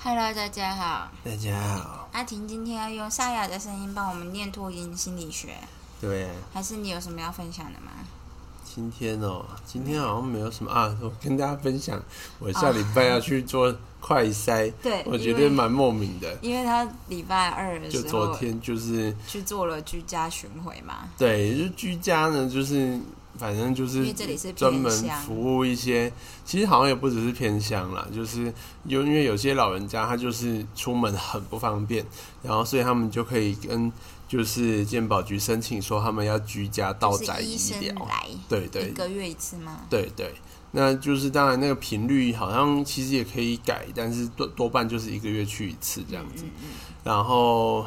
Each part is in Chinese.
Hello，大家好。大家好，阿婷今天要用沙哑的声音帮我们念脱音心理学，对，还是你有什么要分享的吗？今天哦，今天好像没有什么啊，我跟大家分享，我下礼拜要去做快筛，对我觉因为得蛮莫名的，因为他礼拜二的就时昨候天就是去做了居家巡回嘛，对，就居家呢，就是反正就因是为这里是偏专门乡服务一些，其实好像也不只是偏乡啦，就是有因为有些老人家他就是出门很不方便，然后所以他们就可以跟就是健保局申请说他们要居家到就是宅医医生疗，来对对一个月一次吗？对对，那就是当然那个频率好像其实也可以改，但是多多半就是一个月去一次这样子。嗯然后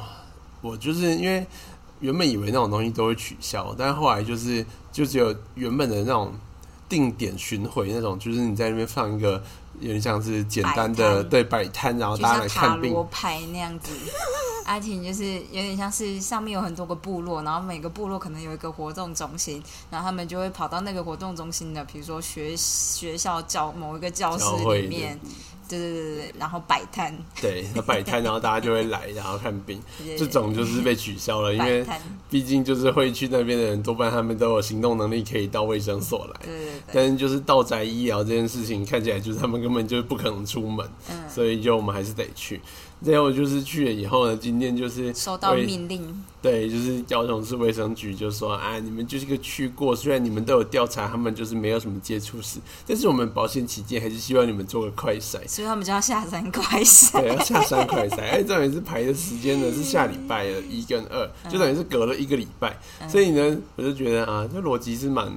我就是因为原本以为那种东西都会取消，但后来就是就只有原本的那种定点巡回那种，就是你在那边放一个有点像是简单摆的摊对摆摊，然后就哦大像家来塔看病。罗牌那样子。阿婷就是有点像是上面有很多个部落，然后每个部落可能有一个活动中心，然后他们就会跑到那个活动中心的，比如说学学校教某一个教室教会里面，对对对对对，然后摆摊，对，摆摊，然后大家就会来，然后看病。 对这种就是被取消了，因摆为摊，毕竟就是会去那边的人，多半他们都有行动能力，可以到卫生所来。对嗯对对。但是就是到宅医疗这件事情，看起来就是他们根本就不可能出门，嗯所以就我们还是得去。最后就是去了以后呢，今天就是收到卫命令，对，就是高雄市卫生局就说啊，你们就是个去过，虽然你们都有调查，他们就是没有什么接触史，但是我们保险起见，还是希望你们做个快筛。所以他们就要下山快闪。对，要下山快筛。哎，重点是排的时间呢是下礼拜的一跟二，就等于是隔了一个礼拜。所以呢，我就觉得啊，这逻辑是蛮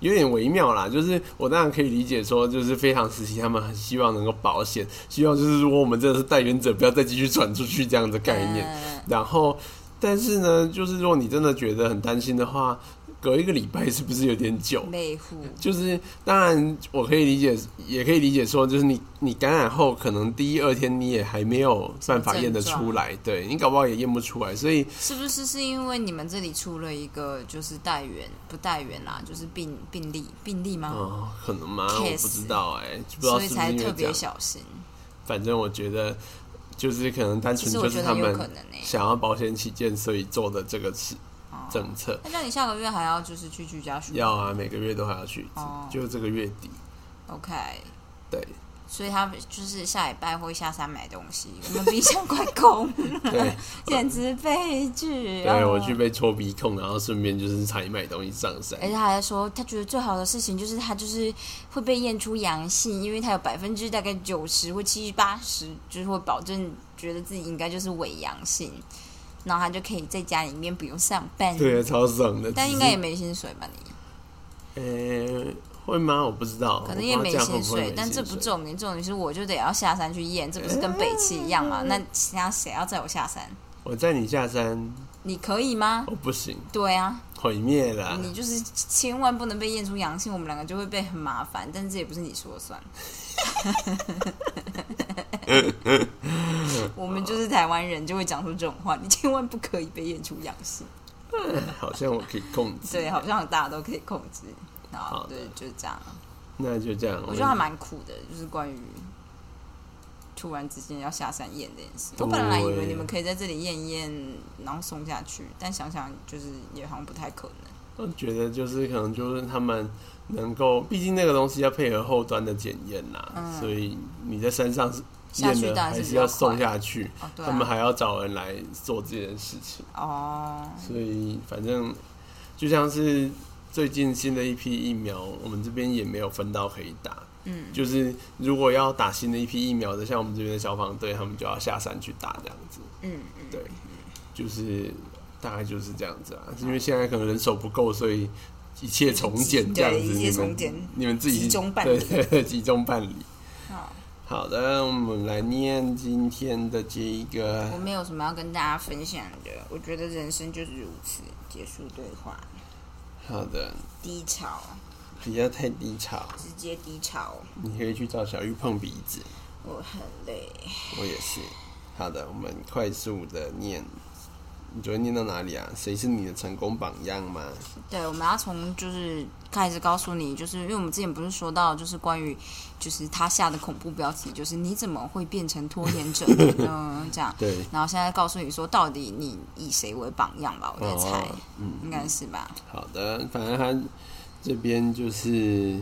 有点微妙啦。就是我当然可以理解说，就是非常时期他们很希望能够保险，希望就是如果我们真的是带源者，不要再继续传出去这样的概念。嗯然后，但是呢，就是如果你真的觉得很担心的话，隔一个礼拜是不是有点久？内户，就是当然我可以理解，也可以理解说，就是你你感染后，可能第一二天你也还没有办法验得出来，对你搞不好也验不出来，所以是不是是因为你们这里出了一个就是带源不带源啦，就是病病例病例啊、吗？可能 吗？我 Case 不知道哎、不知道所以是不是才因特为这别样，小心。反正我觉得就是可能单其纯实我就觉是得他有们可能欸诶、想要保险起见，所以做的这个事哦政策。那叫你下个月还要就是去居家巡要啊，每个月都还要去一次，哦就这个月底。 ，OK。 对所以他就是下礼拜会下山买东西，我们冰箱快空对了，简直悲剧。对，我哦去被戳鼻孔，然后顺便就是采买东西上山而。且他还说，他觉得最好的事情就是他就是会被验出阳性，因为他有百分之大概九十或七八十，就是会保证觉得自己应该就是伪阳性，然后他就可以在家里面不用上班。对，啊超爽的。但只应是该也没薪水吧你？呃、会吗？我不知道，可能也哦我不没知道这样薪会不会水，没但薪这不重点，重点是我就得要下山去验，这不是跟北汽一样吗？那其他谁要载我下山？我载你下山，你可以吗？我不行，对啊，毁灭了。你就是千万不能被验出阳性，我们两个就会被很麻烦。但这也不是你说了 算，我们就是台湾人就会讲出这种话，你千万不可以被验出阳性。好像我可以控制。对，好像大家都可以控制。好好，的对，就是这样。那就这样。我觉得还蛮酷的，就是关于突然之间要下山验这件事。我本来以为对你们可以在这里验一验，然后送下去，但想想就是也好像不太可能。我觉得就是可能就是他们能够，毕竟那个东西要配合后端的检验啦，嗯所以你在山上是下验去了当然还是是比较要送快下去，哦，对他们啊，还要找人来做这件事情。哦，所以反正就像是最近新的一批疫苗，我们这边也没有分到可以打。嗯，就是如果要打新的一批疫苗的，像我们这边的消防队，他们就要下山去打这样子。嗯嗯，对，就是大概就是这样子啊。因为现在可能人手不够，所以一切从简这样子，对一切你们从简你们自己集中办理对对 对，集中办理。好，好的，我们来念今天的这一个我没有什么要跟大家分享的，我觉得人生就是如此，结束对话，好的，低潮，不要太低潮，直接低潮，你可以去找小玉碰鼻子。我很累。我也是。好的，我们快速的念你昨天念到哪里啊？谁是你的成功榜样吗？对，我们要从就是开始告诉你，就是因为我们之前不是说到，就是关于就是他下的恐怖标题，就是你怎么会变成拖延者的呢？嗯这样，对，然后现在告诉你说，到底你以谁为榜样吧？我在猜，哦嗯，应该是吧？好的，反正他这边就是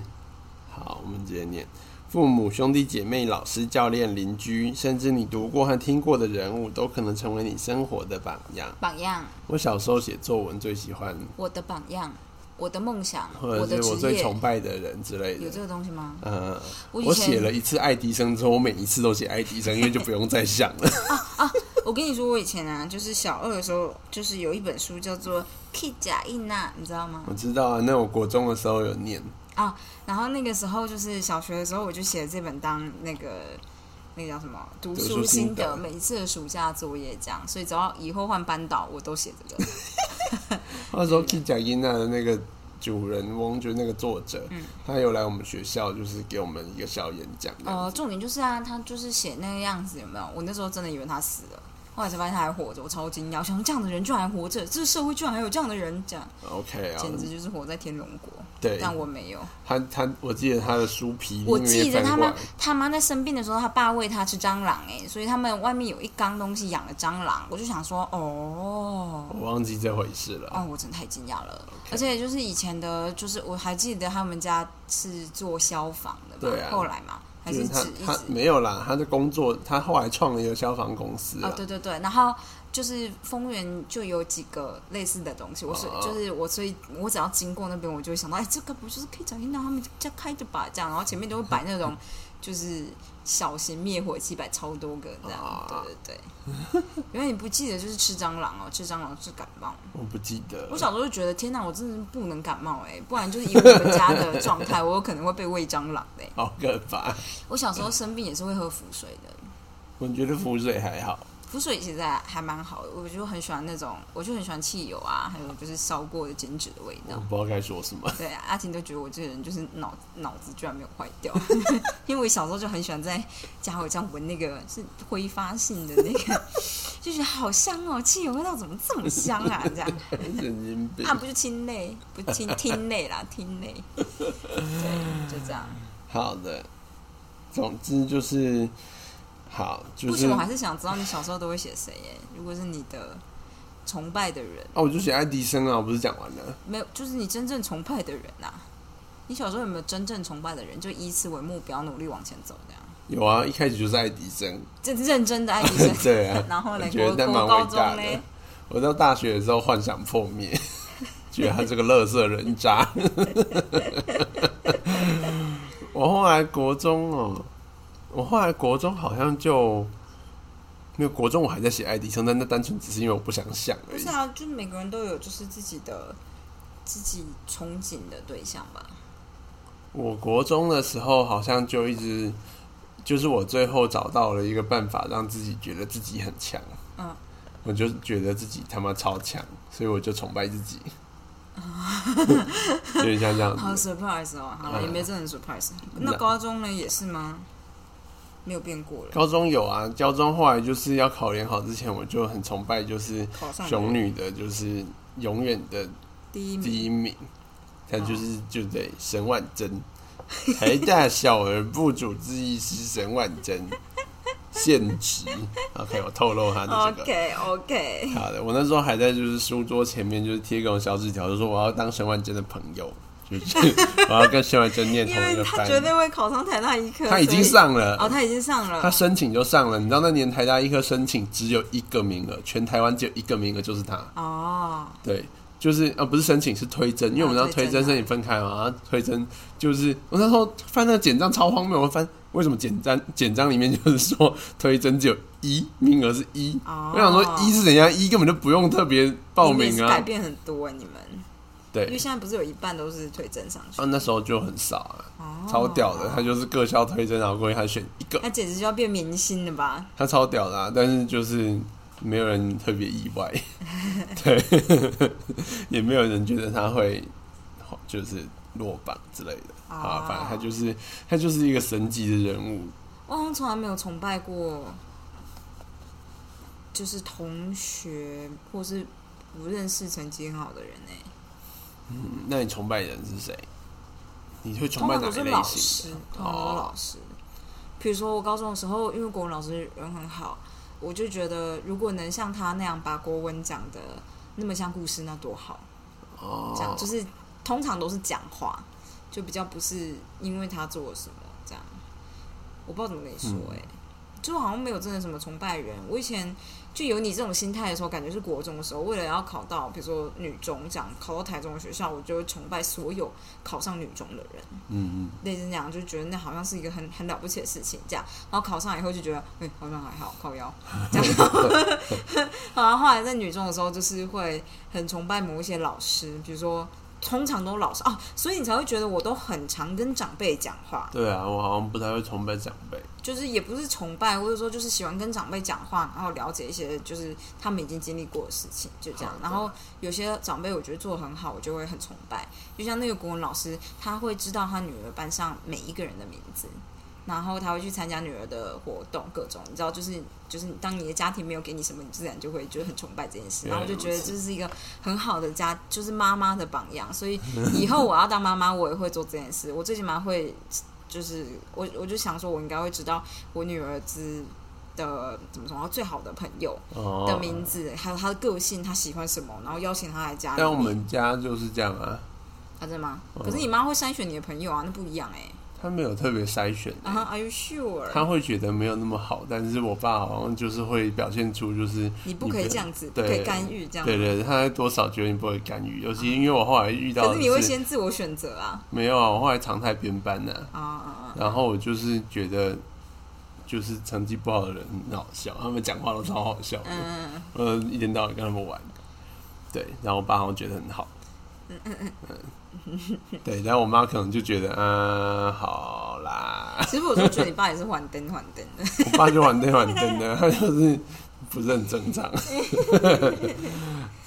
好，我们直接念。父母、兄弟姐妹、老师、教练、邻居，甚至你读过和听过的人物，都可能成为你生活的榜样。榜样，我小时候写作文最喜欢，我的榜样，我的梦想，或者的是我职最业，崇拜的人之类有的。这个东西吗？嗯，我以我写前了一次爱迪生之后，我每一次都写爱迪生，因为就不用再想了。我跟你说，我以前啊，就是小二的时候，就是有一本书叫做《K 甲印娜》，你知道吗？我知道啊，那我国中的时候有念，然后那个时候就是小学的时候，我就写了这本当那个那个叫什么读读书书心心得得，每一次的暑假作业这样。所以只要以后换班导，我都写这 个。那时候 K 贾伊娜的那个主人翁，就是那个作者，嗯他有来我们学校，就是给我们一个小演讲这样呃，子。重点就是啊，他就是写那个样子，有没有？我那时候真的以为他死了。后来才发现他还活着，我超惊讶，我想这样的人居然还活着，这社会居然还有这样的人，这样 OK 啊，哦简直就是活在天龙国。对，但我没有，他他，我记得他的书皮我里面记也得翻他过妈来，他妈在生病的时候，他爸喂他吃蟑螂、欸，所以他们外面有一缸东西养了蟑螂，我就想说，哦，我忘记这回事了。哦，我真的太惊讶了。而且就是以前的，就是我还记得他们家是做消防的嘛，对啊后来嘛，还就是是他只一他直没有啦，他的工作，他后来创了一个消防公司哦啊，，对对对，然后就是丰原就有几个类似的东西，我所哦就是我所以我只要经过那边，我就会想到，哎，这个不就是可以找引导他们家开的吧？这样，然后前面都会摆那种就是小型灭火器，摆超多个这样，哦对对对。原来你不记得就是吃蟑螂哦，吃蟑螂是感冒。我不记得我。小时候就觉得，天哪，我真的是不能感冒哎、不然就是以我们家的状态，我有可能会被喂蟑螂的、哎好可怕！我小时候生病也是会喝符水的，我觉得浮水还好，浮水其实还还蛮好的，我就很喜欢那种，我就很喜欢汽油啊，还有就是烧过的剪纸的味我道。不知道该说什么。 对啊，阿婷都觉得我这个人就是脑脑子居然没有坏掉， 因为我小时候就很喜欢在家伙这样闻那个是挥发性的那个，就觉得好香哦，汽油味道怎么这么香啊？这样神经病啊，。不是亲类，不是亲听类啦，听类，对，就这样。好的，总之就是好，就不是行，我还是想知道你小时候都会写谁耶？如果是你的崇拜的人。哦，我就写爱迪生啊，我不是讲完了？没有，就是你真正崇拜的人呐、你小时候有没有真正崇拜的人？就以此为目标，努力往前走，这样。有啊，一开始就是爱迪 生，，这认真的爱迪生，对啊然后嘞我觉得国他国蛮高伟大中的嘞。我到大学的时候幻想破灭， 觉得他这个乐色人渣。 我后来国中哦，我后来国中好像就没有国中，我还在写爱迪生，但那单纯只是因为我不想想而不已是。啊，就是每个人都有就是自己的自己憧憬的对象吧。我国中的时候好像就一直，就是我最后找到了一个办法，让自己觉得自己很强。嗯，我就觉得自己他妈超强，所以我就崇拜自 己。有点像这样好子， surprise 哦，好了，嗯也没真的 surprise。那那高中呢也是吗？没有变过了，高中有啊，高中后来就是要考联考之前，我就很崇拜，就是考上熊女的，就是永远的第一第名，一名，她就是哦就得沈婉珍， 台大小儿部主治医师沈婉 珍，现职。OK，我透露她的这个。哦 OK OK，好的，我那时候还在就是书桌前面，就是贴一种小纸条，就说我要当沈婉珍的朋友，就是 我要跟沈婉珍念同因一为个他绝班。对会考上台大医科，他已经所以上了，哦，他已经上了，他申请就上了，你知道那年台大医科申请只有一个名额，全台湾只有一个名额，就是他。哦，对，就是呃不是申请是推甄，因为我们知道啊推推甄甄啊申请分开嘛，然后推甄就是我那时候翻那个简章超荒谬，我翻为什么简章简章里面就是说推甄只有一名额是一、哦我想说一是怎样，一根本就不用特别报你们也名是啊改，变很多、欸你们，因为对。现在不是有一半都是推甄上去啊，，那时候就很少啊，哦超屌的，他就是各校推甄，然后过去他选一个，那简直就要变明星了吧？他超屌的、啊，但是就是没有人特别意 外，对， 也没有人觉得他会就是落榜之类的哦啊。反正他就是他就是一个哦神级的人物，我好像从来没有崇拜过，就是同学或是不认识成绩很好的人哎、嗯，那你崇拜的人是谁？你会崇通拜常哪都一是类老师型的？，哦通常都是老师。比如说我高中的时候，因为国文老师人很好，我就觉得如果能像他那样把国文讲的那么像故事，那多好。哦，这样就是通常都是讲话，就比较不是因为他做了什么这样。我不知道怎么跟你说哎、就好像没有真的什么崇拜人。我以前就有你这种心态的时候，感觉是国中的时候，为了要考到比如说女中这样，考到台中的学校，我就会崇拜所有考上女中的人，嗯嗯，类似那样，就觉得那好像是一个很很了不起的事情这样。然后考上以后就觉得，哎、好像还好，靠腰这样。然后后来在女中的时候，就是会很崇拜某一些老师，比如说通常都老师哦，所以你才会觉得我都很常跟长辈讲话，对啊，我好像不太会崇拜长辈。就是也不是崇拜，或者说就是喜欢跟长辈讲话，然后了解一些就是他们已经经历过的事情，就这样好。的然后有些长辈我觉得做得很好，我就会很崇拜。就像那个国文老师，他会知道他女儿班上每一个人的名字。然后他会去参加女儿的活动，各种你知道，就是就是当你的家庭没有给你什么，你自然就会觉得很崇拜这件事。原然来后我就觉得如此这是一个很好的家，就是妈妈的榜样。所以以后我要当妈妈，我也会做这件事。我最起码会，就是我我就想说，我应该会知道我女儿子的怎么说，最好的朋友哦，的名字，还有她的个性，她喜欢什么，然后邀请她来家里但我面。们家就是这样啊，啊，真的吗？嗯可是你妈会筛选你的朋友啊，那不一样哎、他没有特别筛选、啊哈、a r e you sure？嗯他会觉得没有那么好，但是我爸好像就是会表现出就是你不可以这样子，不可以对干预这样。对对，他多少觉得你不会干预，尤其因为我后来遇到可的是你会先自我选择啊。没有啊，我后来常态编班呐、啊啊啊！然后我就是觉得就是成绩不好的人很好笑，他们讲话都超好笑的，嗯，嗯呃，一天到晚跟他们玩，对，然后我爸好像觉得很好，嗯嗯，对，然后我妈可能就觉得嗯、好啦，其实我就觉得你爸也是幻灯幻灯的，我爸就玩灯玩灯的，他就是不是很正 常，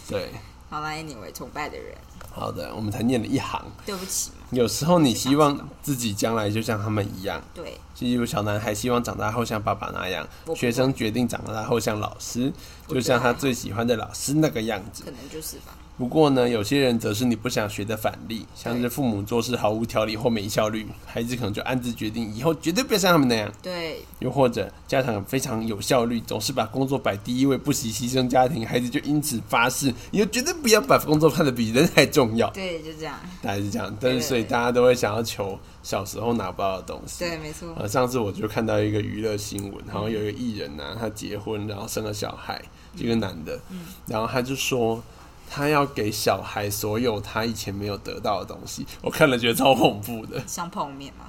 对，好啦，anyway，崇拜的人，好的，我们才念了一行。对不起嘛，有时候你希望自己将来就像他们一样，对，就如小男孩希望长大后像爸爸那样我，不学生决定长大后像老师，我就觉像得他还好最喜欢的老师那个样子可。能就是吧。不过呢，有些人则是你不想学的反例，像是父母做事毫无条理或没效率，孩子可能就暗自决定以后绝对不要像他们那样；对，又或者家长非常有效率，总是把工作摆第一位，不惜牺牲家庭，孩子就因此发誓以后绝对不要把工作看得比人还重要。对，就这样。大概是这样，但是对所以大家都会想要求小时候拿不到的东西。对，没错。呃，上次我就看到一个娱乐新闻，好像有一个艺人呐、他结婚然后生了小孩，一个男的，嗯然后他就说他要给小孩所有他以前没有得到的东西，我看了觉得超恐怖的。 像泡面嘛，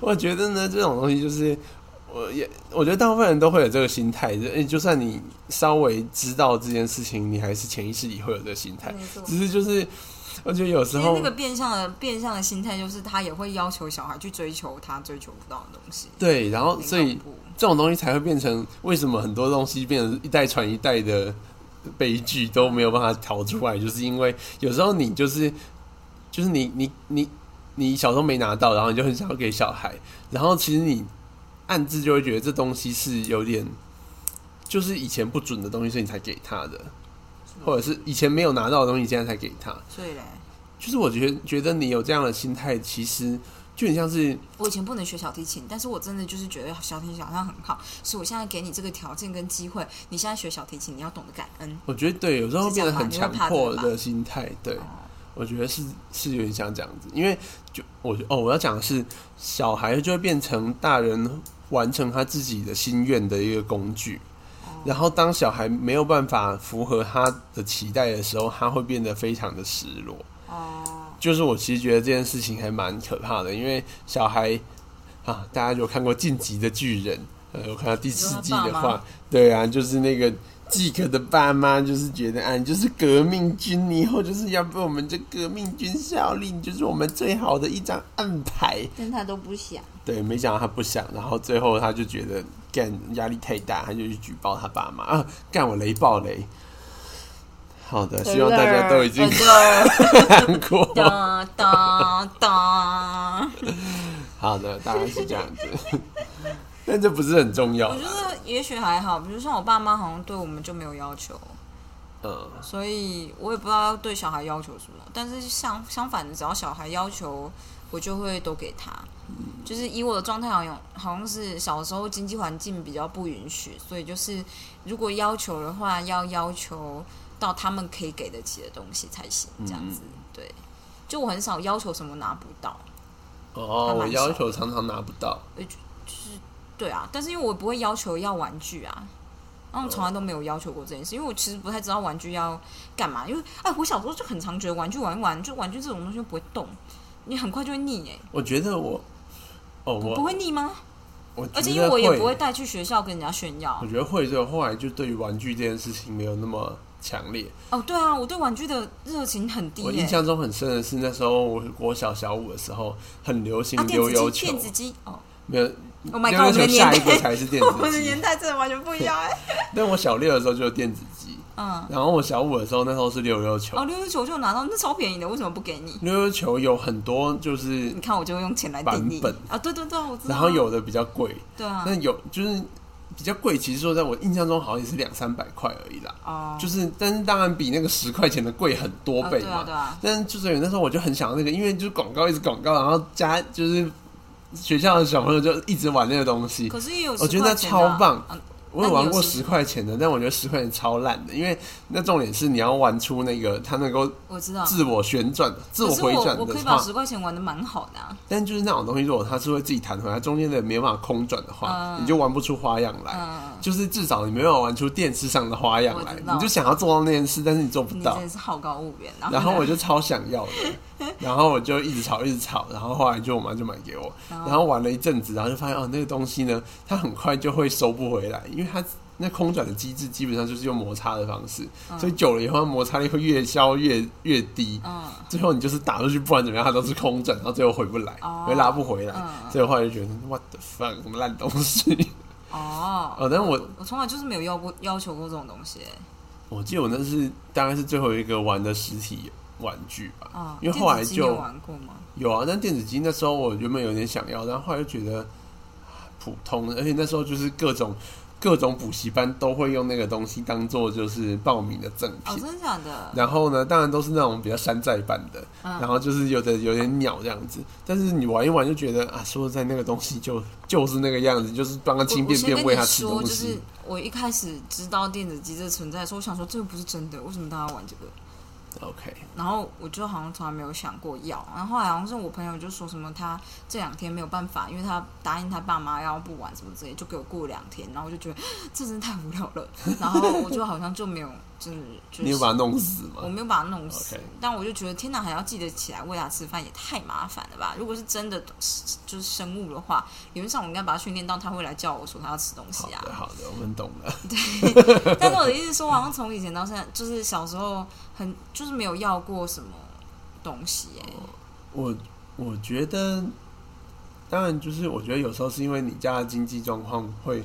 我觉得呢，这种东西就是。我也我觉得大部分人都会有这个心态，就诶就算你稍微知道这件事情，你还是潜意识里会有这个心态没错。只是就是，我觉得有时其实候那个变相的变相的心态就是，他也会要求小孩去追求他追求不到的东西。对，然后很哦所以恐怖这种东西才会变成为什么很多东西变成一代传一代的悲剧都没有办法逃出来，就是因为有时候你就是就是你你你你小时候没拿到，然后你就很想要给小孩，然后其实你暗自就会觉得这东西是有点就是以前不准的东西，所以你才给他的，或者是以前没有拿到的东西，你现在才给他。所以嘞，就是我觉得觉得你有这样的心态，其实就很像是我以前不能学小提琴，但是我真的就是觉得小提琴好像很好，所以我现在给你这个条件跟机会，你现在学小提琴，你要懂得感恩。我觉得对，有时候是变这样吧得很你会强嗯怕这个迫吧的心态，对哦，我觉得是是有点像这样子，因为就我哦，我要讲的是，小孩就会变成大人完成他自己的心愿的一个工具，哦然后当小孩没有办法符合他的期待的时候，他会变得非常的失落。哦，就是我其实觉得这件事情还蛮可怕的，因为小孩啊，大家有看过《晋级的巨人》？呃，我看到第四季你的说他爸话，对啊，就是那个季克的爸妈就是觉得啊，你就是革命军，你以后就是要为我们这革命军效力，你就是我们最好的一张暗牌。但他都不想。对，没想到他不想，然后最后他就觉得干压力太大，他就去举报他爸妈啊， 干我雷暴雷。好的，希望大家都呃已经看过。 哒哒哒。 好的，大概是这样子。 但这不是很重要我啦觉。得也许还好，比如像我爸妈好像对我们就没有要求，嗯，所以我也不知道要对小孩要求什么。但是相相反的，只要小孩要求，我就会都给他。就是以我的状态，好像好像是小时候经济环境比较不允许，所以就是如果要求的话，要要求到他们可以给得起的东西才行，这样子。对，就我很少要求什么拿不到。哦，还蛮我要求常常拿不到。对啊，但是因为我不会要求要玩具啊，然后我从来都没有要求过这件呃事，因为我其实不太知道玩具要干嘛。因为哎，我小时候就很常觉得玩具玩一玩，就玩具这种东西就不会动，你很快就会腻哎、我觉得我，哦，我不会腻吗？我觉得而且因为我也不会会，带去学校跟人家炫耀我。觉得会，所以我后来就对于玩具这件事情没有那么强烈。哦，对啊，我对玩具的热情很低、我欸。印象中很深的是那时候我我小小五的时候，很流行啊，电溜子悠机，球，电子机哦，没有。 Oh my 溜悠 god，我们的球下一年代个才是 电我们的子年机。代真的完全不一样 哎、但我小六的时候就有电子机，嗯，然后我小五的时候那时候是溜溜球哦，。溜溜球就拿到，那超便宜的，为什么不给你？溜溜球有很多就是你，看，我就用钱来定义版啊，对对对，我知道啊。然后有的比较贵，对啊，那有就是比较贵，其实说在我印象中好像也是两三百块而已啦。哦，就是，但是当然比那个十块钱的贵很多啊倍对嘛。啊对啊，但是就是有那时候我就很想要那个，因为就是广告一直广告，然后加就是学校的小朋友就一直玩那个东西。可是也有10我觉得那块钱的啊超棒嗯我有玩那你有过十十块钱的，但我觉得十块钱超烂的，因为那重点是你要玩出那个它能够我知道。自我旋转、自可是回转我嗯可的以把话十。块钱玩的蛮好的啊。但就是那种东西，如果它是会自己弹回来，中间的没办法空转的话，嗯你就玩不出花样来。嗯，就是至少你没有玩出电视上的花样来我，知道你就想要做到那件事，但是你做不你到真。的是好高骛远。然后然后呢我就超想 要的，然后我就一直吵，一直吵，然后后来就我妈就买给我，然后然后玩了一阵子，然后就发现哦，那个东西呢，它很快就会收不回来，因为它那空转的机制基本上就是用摩擦的方式，所以久了以后它摩擦力会越消越越低，嗯，最后你就是打出去，不管怎么样它都是空转，然后最后回不来哦，会拉不回来，嗯所以我后来就觉得 what the fuck 什么烂东 西哦，哦，但我我从来就是没有要过要求过这种东西欸。我记得我那是大概是最后一个玩的实体玩具吧，啊，因为后来电子机你有就玩过吗？有啊，但电子机那时候我原本有点想要，然后后来就觉得普通，而且那时候就是各种各种补习班都会用那个东西当做就是报名的赠哦，品。真的假的？然后呢，当然都是那种比较山寨版的，嗯然后就是有的有点鸟这样子，但是你玩一玩就觉得啊，说实在那个东西就就是那个样子，就是帮它我清我便先便跟喂你它吃说，东就西是。我一开始知道电子机这存在的时候，我想说这个不是真的，为什么大家玩这个？ OK，然后我就好像从来没有想过要，然后后来好像是我朋友就说什么他这两天没有办法，因为他答应他爸妈要不玩什么之类，就给我过两天，然后我就觉得这真的太无聊了，然后我就好像就没有真的就是你有把它弄死我吗？没有把它弄死 OK 但我就觉得天哪，还要记得起来喂它吃饭，也太麻烦了吧？如果是真的就是生物的话，理论上我应该把它训练到它会来叫我说它要吃东好西啊的，，好的，我们懂了。 但是我的意思是说，好像从以前到现在，就是小时候很就是没有要过什么东西、欸，我我觉得，当然就是我觉得有时候是因为你家的经济状况会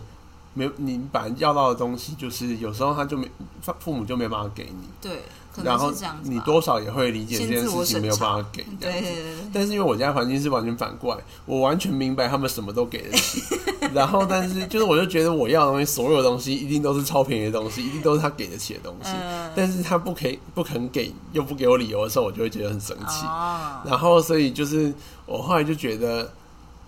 没有你本来要到的东西，就是有时候他就没父父母就没办法给你，对，可然能后是这样子吧。你多少也会理解这先件自我事情审没有查嗯办法给这对样对子。对对但是因为我家的环境是完全反过来，我完全明白他们什么都给得起，然后但是就是我就觉得我要的东西，所有东西一定都是超便宜的东西，一定都是他给得起的东西。嗯但是他不给不肯给又不给我理由的时候，我就会觉得很生气。哦，然后所以就是我后来就觉得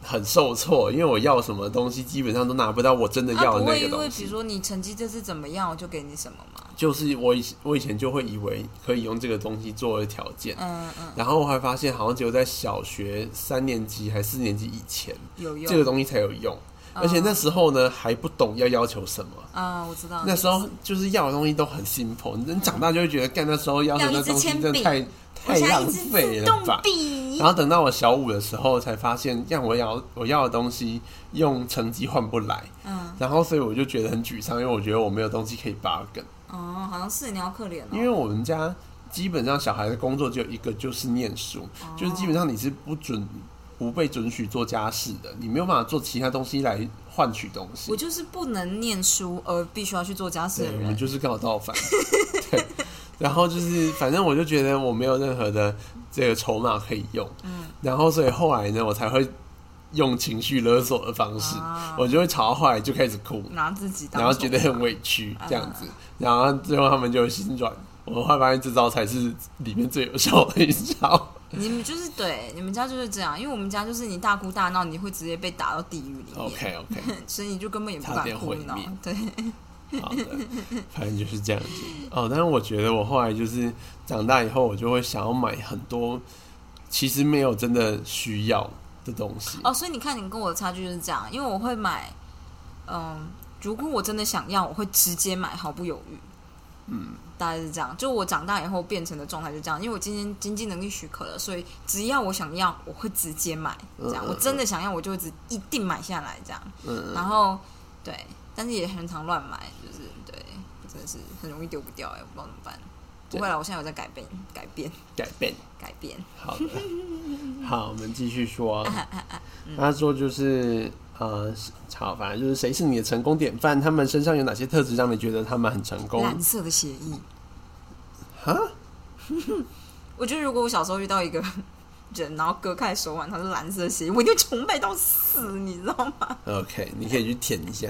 很受挫，因为我要什么东西基本上都拿不到我真的他要的啊不那会个因为东比西。如说你成绩这次怎么样，我就给你什么嘛。就是我以我以前就会以为可以用这个东西作为条件，嗯嗯，然后我还发现好像只有在小学三年级还四年级以前，有嗯用。这个东西才有用。而且那时候呢还不懂要要求什么，啊、我知道。那时候就是要的东西都很 simple，你长大就会觉得干那时候要求要一那支东西铅真的笔太我太想要浪一支费自了吧啊动。笔。然后等到我小五的时候，才发现，让我要我要的东西用成绩换不来，嗯，然后所以我就觉得很沮丧，因为我觉得我没有东西可以 bargain。哦，好像是你要可怜哦。因为我们家基本上小孩的工作只有一个，就是念书，哦就是基本上你是不准不被准许做家事的，你没有办法做其他东西来换取东西我。就是不能念书而必须要去做家事对的，我们人。就是刚好倒反。 对，然后就是反正我就觉得我没有任何的这个筹码可以用，嗯，然后所以后来呢，我才会用情绪勒索的方式，啊我就会吵到后来就开始哭，拿自己当，啊然后觉得很委屈这样子，然后最后他们就心软。我后来发现这招才是里面最有效的一 招。你们就是对，你们家就是这样，因为我们家就是你大哭大闹，你会直接被打到地狱里面 OK OK，所以你就根本也不差敢点哭毁闹灭。对，好的，反正就是这样子。哦，但是我觉得我后来就是长大以后，我就会想要买很多其实没有真的需要的东西。哦，所以你看你跟我的差距就是这样，因为我会买，嗯，如果我真的想要，我会直接买，毫不犹豫。嗯，大概是这样。就我长大以后变成的状态就这样，因为我今天经济能力许可了，所以只要我想要，我会直接买。这样，嗯嗯我真的想要，我就会直一定买下来。这样，嗯，然后对，但是也很常乱买，就是对，真的是很容易丢不掉哎、我不知道怎么办。不对会了，我现在有在改变，改变，改变。改变。好的，好，我们继续说。啊他说就是呃，好，反正就是谁是你的成功典范？他们身上有哪些特质让你觉得他们很成功？蓝色的协议。哈， 我觉得如果我小时候遇到一个人，然后割开手腕，他是蓝色血，我一定崇拜到死，你知道吗 OK，你可以去舔一下，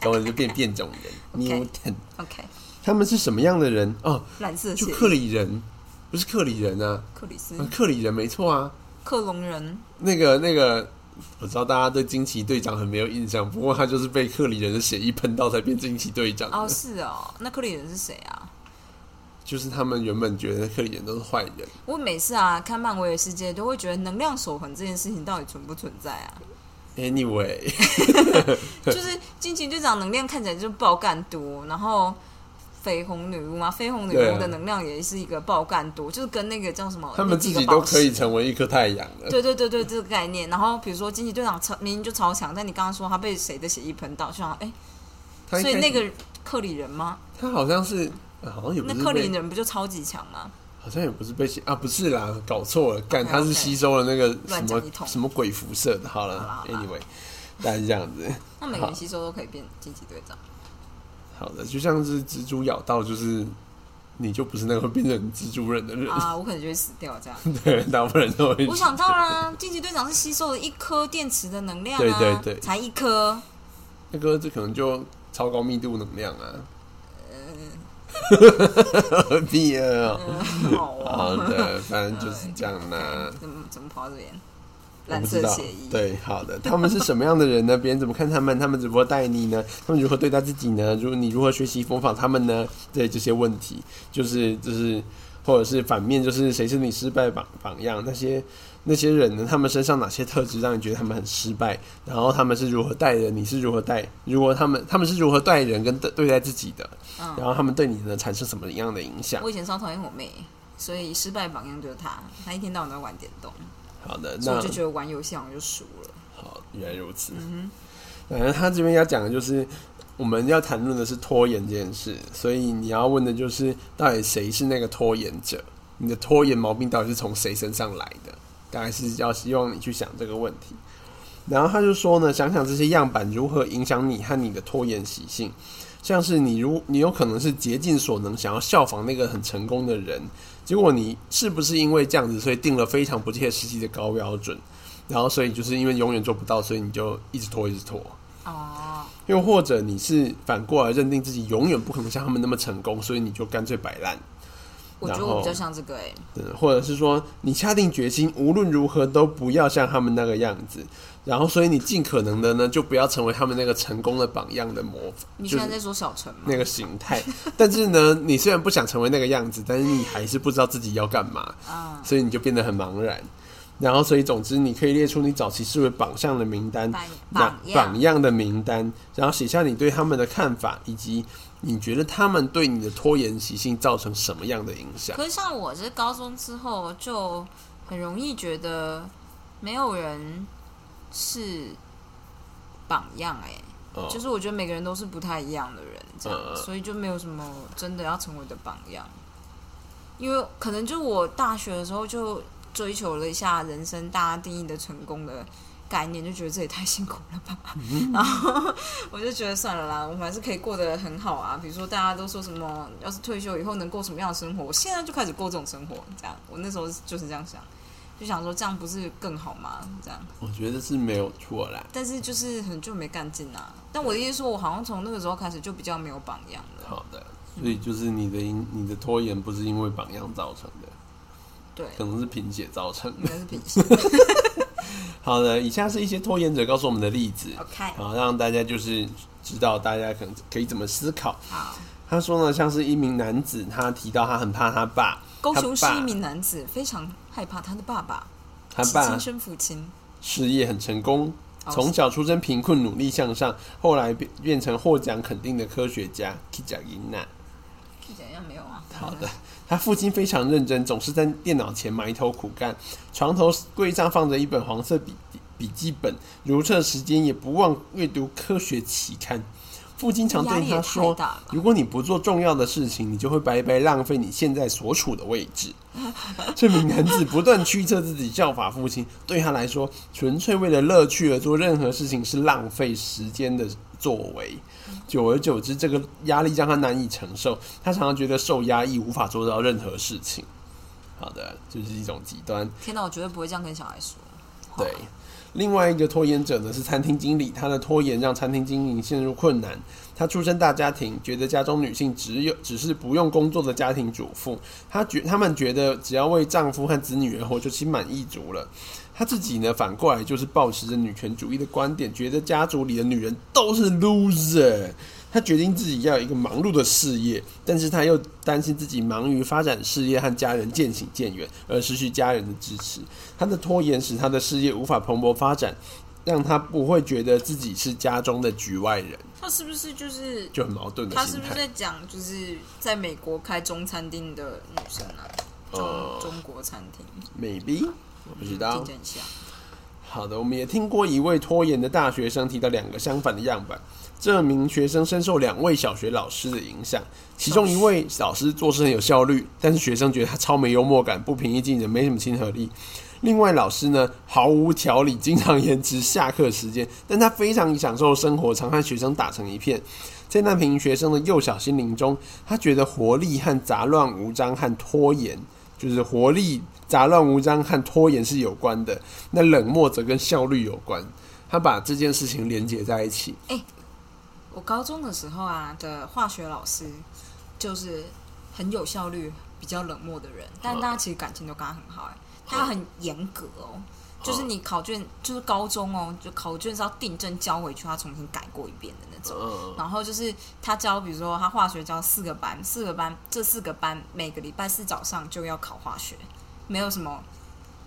然后你就变变种人。你有舔？ ？OK，他们是什么样的人？哦，蓝色就血，克里人，不是克里人啊，克里斯啊，克里人没错啊。克隆人，那个那个，我知道大家对惊奇队长很没有印象，不过他就是被克里人的血一喷到才变惊奇队长的。哦，是哦，那克里人是谁啊？就是他们原本觉得克里人都是坏人，我每次啊看漫威的世界，都会觉得能量守恒这件事情到底存不存在啊？ Anyway，就是惊奇队长能量看起来就是爆干多，然后绯红女巫嘛，绯红女对啊巫的能量也是一个爆干多，就是跟那个叫什么，他们自那己几个都宝石可以成为一颗太阳 了。对对对对，这个概念。然后比如说惊奇队长超明明就超强，但你刚刚说他被谁的血液喷到，就想哎，他一所以开那始个克里人吗？他好像是，啊好像也不那是克里被人不就超级强吗？好像也不是被吸啊，不是啦，搞错了，干 OK，他是 OK 吸收了那个什啊乱讲一么通什么鬼辐射的。好好啦了好啦，Anyway，大概是这样子。那每个人好吸收都可以变惊奇 队长。好的，就像是蜘蛛咬到，就是你就不是那个会变成蜘蛛人的人，啊，我可能就会死掉 这样。对，大部分人都会。我想到啦，惊奇队长是吸收了一颗电池的能量啊，对对对才一颗，那个这可能就超高密度能量啊， 何必啊？呃嗯，好好哦，的，反正就是这样啦、怎么怎么跑到这边？ 我蓝不知色道协，议，对，好的。他们是什么样的人呢？别人怎么看他们？他们怎么待你呢？ 他们如何对待自己呢？如你如何学习模仿他们呢？对这些问题，就是就是，或者是反面，就是谁是你失败榜榜样？那些那些人呢？他们身上哪些特质让你觉得他们很失败？然后他们是如何待人？你是如何待？如果他们他们是如何待人跟对对待自己的？嗯然后他们对你呢产生什么样的影响我？以前超讨厌我妹，所以失败榜样就是她，她一天到晚都在玩电动，好的，所以那我就觉得玩游戏好像就输了。好，原来如此。反正他这边要讲的就是，我们要谈论的是拖延这件事，所以你要问的就是，到底谁是那个拖延者？你的拖延毛病到底是从谁身上来的？大概是要希望你去想这个问题。然后他就说呢，想想这些样板如何影响你和你的拖延习性，像是你如你有可能是竭尽所能想要效仿那个很成功的人，结果你是不是因为这样子，所以定了非常不切实际的高标准？然后所以就是因为永远做不到，所以你就一直拖，一直拖。哦，又或者你是反过来认定自己永远不可能像他们那么成功，所以你就干脆摆烂。我觉得然后我比较像这个哎、嗯，或者是说你下定决心，无论如何都不要像他们那个样子。然后，所以你尽可能的呢，就不要成为他们那个成功的榜样的模仿，你就现是在在说小陈吗？那个形态。但是呢，你虽然不想成为那个样子，但是你还是不知道自己要干嘛。啊，所以你就变得很茫然。然后，所以总之，你可以列出你早期视为榜上的名单，榜那榜样榜样的名单，然后写下你对他们的看法，以及你觉得他们对你的拖延习性造成什么样的影响。可是像我这高中之后，就很容易觉得没有人是榜样哎、哦就是我觉得每个人都是不太一样的人，这样，嗯嗯所以就没有什么真的要成为的榜样。因为可能就我大学的时候就追求了一下人生大家定义的成功的概念，就觉得这也太辛苦了 吧。然后我就觉得算了啦，我们还是可以过得很好啊。比如说大家都说什么，要是退休以后能过什么样的生活，我现在就开始过这种生活，这样。我那时候就是这样想，就想说这样不是更好吗？这样，我觉得是没有错啦。但是就是很久没干劲啦。但我的意思说，我好像从那个时候开始就比较没有榜样了。好的，所以就是你的因你的拖延不是因为榜样造成的， 对，可能是贫血造成应的。该是平时。好的，以下是一些拖延者告诉我们的例子， OK，好让大家就是知道大家可能可以怎么思考。好。他说呢，像是一名男子，他提到他很怕他爸，高雄是他爸一名男子，非常害怕他的爸爸，他其爸亲生父亲。事业很成功，哦从小出身贫困，努力向上，后来变变成获奖肯定的科学家 k i j a i n a 怎样没有啊？好的，他父亲非常认真，总是在电脑前埋头苦干，床头柜上放着一本黄色笔笔记本，如厕时间也不忘阅读科学期刊。父亲常压对力也太他说大了：“吧。如果你不做重要的事情，你就会白白浪费你现在所处的位 置。”这名男子不断驱策自己效法父亲，对他来说，纯粹为了乐趣而做任何事情是浪费时间的作为。久而久之，这个压力让他难以承受，他常常觉得受压抑，无法做到任何事情。好的，就是一种极端。天哪，我绝对不会这样跟小孩说。对，另外一个拖延者呢是餐厅经理，他的拖延让餐厅经营陷入困难。他出身大家庭，觉得家中女性只有只是不用工作的家庭主妇，他觉他们觉得只要为丈夫和子女而活就心满意足了。他自己呢，反过来就是抱持着女权主义的观点，觉得家族里的女人都是 loser。他决定自己要有一个忙碌的事业，但是他又担心自己忙于发展事业和家人渐行渐远，而失去家人的支持。他的拖延使他的事业无法蓬勃发展，让他不会觉得自己是家中的局外人，他是不是就是就很矛盾的他是心不是态。在讲就是在美国开中餐厅的女生啊？中、哦中国餐厅， Maybe 我不知听道起。来很像。好的，我们也听过一位拖延的大学生提到两个相反的样板。这名学生深受两位小学老师的影响，其中一位老师做事很有效率，但是学生觉得他超没幽默感，不平易近人，没什么亲和力。另外老师呢，毫无条理，经常延迟下课时间，但他非常享受生活，常和学生打成一片。在那名学生的幼小心灵中，他觉得活力和杂乱无章和拖延，就是活力、杂乱无章和拖延是有关的。那冷漠则跟效率有关。他把这件事情连接在一起。我高中的时候啊的化学老师就是很有效率、比较冷漠的人，但大家其实感情都跟他很好、欸。他很严格哦，就是你考卷就是高中哦，就考卷是要订正交回去，他重新改过一遍的那种。嗯，然后就是他教，比如说他化学教四个班，四个班这四个班每个礼拜四早上就要考化学，没有什么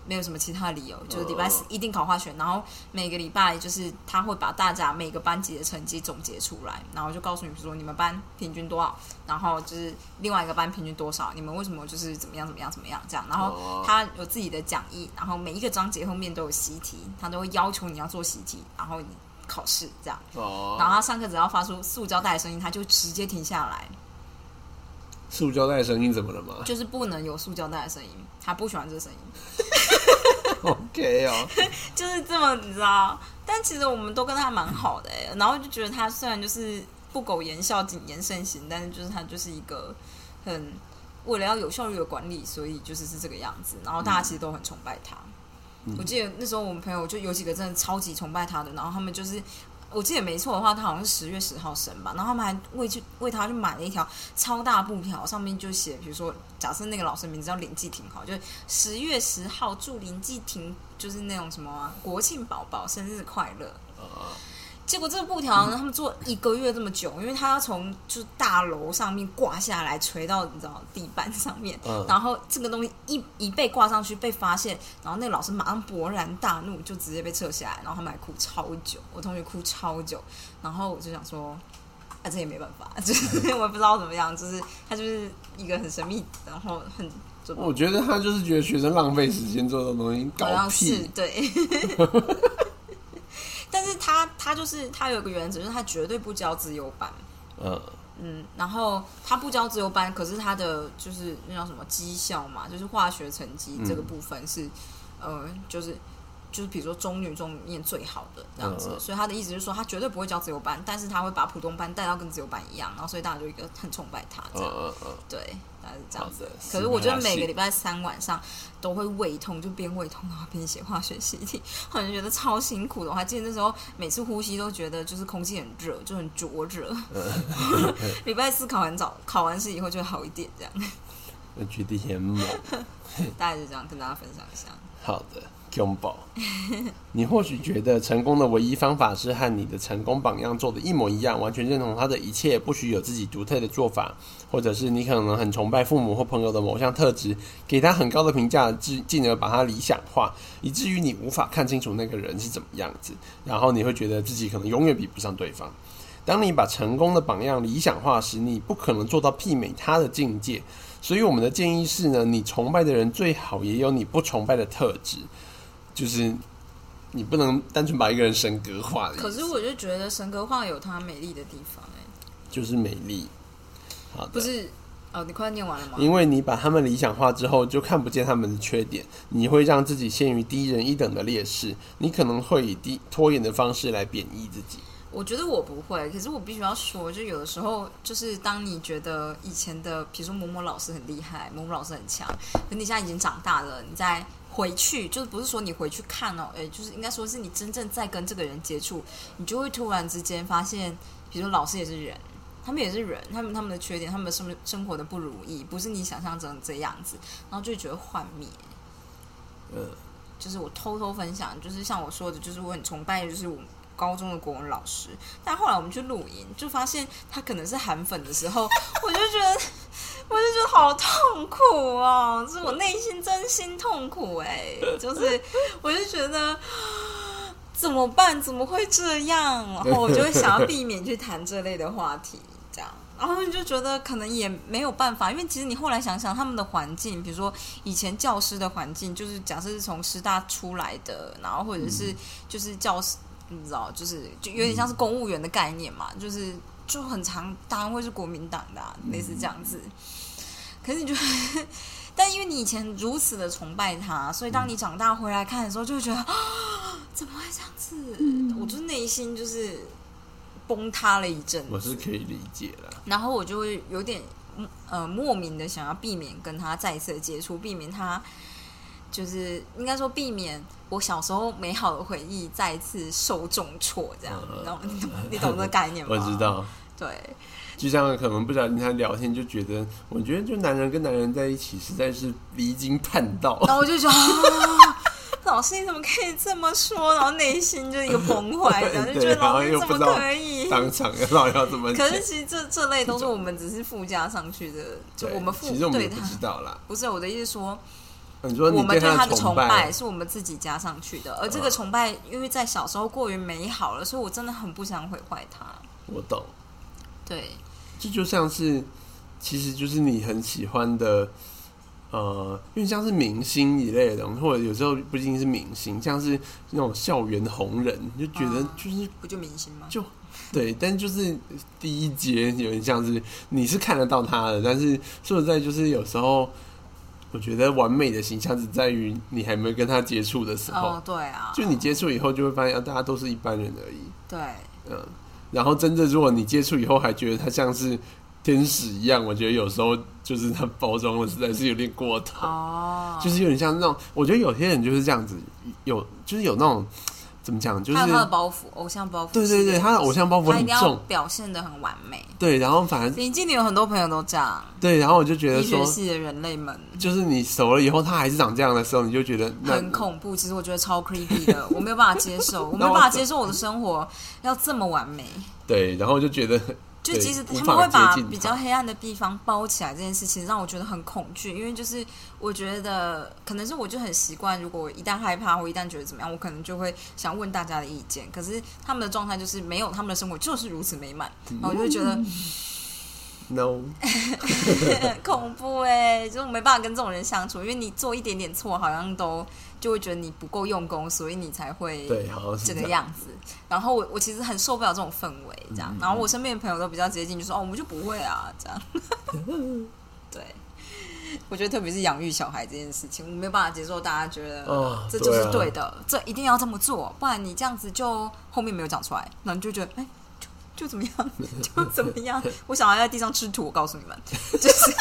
没有什么其他理嗯由，就是礼拜四一定考化学。然后每个礼拜就是他会把大家每个班级的成绩总结出来，然后就告诉你，比如说你们班平均多少，然后就是另外一个班平均多少，你们为什么就是怎么样怎么样怎么样这样。然后哦他有自己的讲义，然后每一个章节后面都有习题，他都会要求你要做习题，然后你考试这样。然哦，后他上课只要发出塑胶袋的声音，他就直接停下来，塑胶袋的声音怎么了吗就是不能有塑胶袋的声音，他不喜欢这个声音， ？OK 哦， 就是这么你知道。但其实我们都跟他蛮好的、欸，然后就觉得他虽然就是不苟言笑、谨言慎行，但是就是他就是一个很为了要有效率的管理，所以就是是这个样子。然后大家其实都很崇拜他。我记得那时候我们朋友就有几个真的超级崇拜他的，然后他们就是。我记得没错的话，他好像是十月十号生吧，然后他们还为去为他去买了一条超大布条，上面就写，比如说，假设那个老师名字叫林继廷，好，就是十月十号祝林继廷就是那种什么啊、国庆宝宝生日快乐。啊结果这个布条呢，他们做一个月这么久，因为他要从就是大楼上面挂下来，垂到你知道地板上面，嗯然后这个东西一一被挂上去被发现，然后那个老师马上勃然大怒，就直接被撤下来，然后他们还哭超久，我同学哭超久，然后我就想说。啊，这也没办法， 就是我也不知道怎么样，就是他就是一个很神秘，然后很就我觉得他就是觉得学生浪费时间做这种东西，好搞像是屁。对。 但是他他就是他有一个原则，就是他绝对不教自由班。嗯，嗯，然后他不教自由班，可是他的就是嗯那叫什么绩效嘛，就是化学成绩这个部分是，呃，就是就是比如说中女中念最好的这样子，嗯所以他的意思就是说他绝对不会教自由班，但是他会把普通班带到跟自由班一样，然后所以大家就一个很崇拜他这嗯样，嗯嗯，对，大概是这样子好的。可是我觉得是啊每个礼拜三晚上都会胃痛，就边胃痛然后边写化学习题， 我就觉得超辛苦的。我还记得那时候每次呼吸都觉得就是空气很热，就很灼热。 礼拜四考完早考完试以后就会好一点，这样我觉得很猛。大概就这样跟大家分享一下。好的 c o m b o 你或许觉得成功的唯一方法是和你的成功榜样做的一模一样，完全认同他的一切，不许有自己独特的做法，或者是你可能很崇拜父母或朋友的某项特质，给他很高的评价，进进而把他理想化，以至于你无法看清楚那个人是怎么样子，然后你会觉得自己可能永远比不上对方。当你把成功的榜样理想化时，你不可能做到媲美他的境界，所以我们的建议是呢，你崇拜的人最好也有你不崇拜的特质，就是你不能单纯把一个人神格化的意思，可是我就觉得神格化有它美丽的地方、哎，就是美丽。好的，不是哦，你快念完了吗？因为你把他们理想化之后，就看不见他们的缺点，你会让自己陷于低人一等的劣势，你可能会以低拖延的方式来贬义自己。我觉得我不会，可是我必须要说，就有的时候，就是当你觉得以前的，比如说某某老师很厉害，某某老师很强，可你现在已经长大了，你再回去，就是不是说你回去看哦，诶，就是应该说是你真正在跟这个人接触，你就会突然之间发现，比如说老师也是人。他们也是人，他们他们的缺点，他们的生生活的不如意，不是你想象中这样子，然后就会觉得幻灭。嗯，就是我偷偷分享，就是像我说的，就是我很崇拜，就是我高中的国文老师，但后来我们去露营，就发现他可能是韩粉的时候， 我就觉得，我就觉得好痛苦哦，是我内心真心痛苦哎、就是我就觉得。怎么办？怎么会这样？然后我就会想要避免去谈这类的话题，这样。然后你就觉得可能也没有办法，因为其实你后来想想，他们的环境，比如说以前教师的环境，就是假设是从师大出来的，然后或者是就是教师，你知道，就是就有点像是公务员的概念嘛，就是就很常当然会是国民党的啊、类似这样子。可是你就， 但因为你以前如此的崇拜他，所以当你长大回来看的时候，就会觉得、啊，怎么会这样子？我就内心就是崩塌了一阵子。我是可以理解啦。然后我就会有点嗯呃莫名的想要避免跟他再一次的接触，避免他就是应该说避免我小时候美好的回忆再一次受重挫，这样，嗯然后你懂你懂这个概念吗？我知，道，对，就像可能不小心他聊天就觉得，我觉得就男人跟男人在一起实在是离经叛道。然后我就觉得。啊老师，你怎么可以这么说？然后内心就一个崩坏，然 后就觉对得然后老师又怎不么知道可以？ 当场要到底要怎么可讲？是其实这这类都是我们只是附加上去的，就对我们附其实我们对也不他知道啦。不是我的意思说，你说我你们对他的崇拜，是我们自己加上去的，而这个嗯崇拜因为在小时候过于美好了，所以我真的很不想毁坏它。我懂。对，这就像是，其实就是你很喜欢的，呃，因为像是明星一类的东西，或者有时候不一定是明星，像是那种校园红人，你就觉得嗯就是、不就明星吗？就对，但就是第一节有点像是你是看得到他的，但是说实在，就是有时候我觉得完美的形象只在于你还没跟他接触的时候，哦，对啊，就你接触以后就会发现，啊大家都是一般人而已。对，嗯，然后真正如果你接触以后还觉得他像是天使一样，我觉得有时候就是他包装的实在是有点过头，哦，就是有点像那种，我觉得有些人就是这样子，有就是有那种怎么讲，就是还有他的包袱，偶像包袱对是对一个东西，对，他的偶像包袱他一很定要重，表现的很完美。对，然后反而林静玲有很多朋友都这样，对，然后我就觉得医说学，系的人类们就是你熟了以后他还是长这样的时候，你就觉得那很恐怖。其实我觉得超 creepy 的，我没有办法接 受，我没那有我办法怎接受我的生活要这么完美。对，然后就觉得就对即使他无们法会把接近比较他黑暗的地方包起来，这件事情让我觉得很恐惧，因为就是我觉得可能是我就很习惯，如果我一旦害怕或一旦觉得怎么样，我可能就会想问大家的意见。可是他们的状态就是没有他们的生活就是如此美满，然后我就会觉得嗯 no， 很恐怖哎、就是我没办法跟这种人相处，因为你做一点点错，好像都就会觉得你不够用功，所以你才会对，好像是这样个样子。然后我我其实很受不了这种氛围，这样。然后 我身边的朋友都比较接近，就说哦，我们就不会啊，这样。对，我觉得特别是养育小孩这件事情，我没有办法接受大家觉得、啊这就是对对啊的，这一定要这么做，不然你这样子就后面没有长出来，然后你就觉得哎。就就怎么样，就怎么样。我小孩在地上吃土，我告诉你们， 就是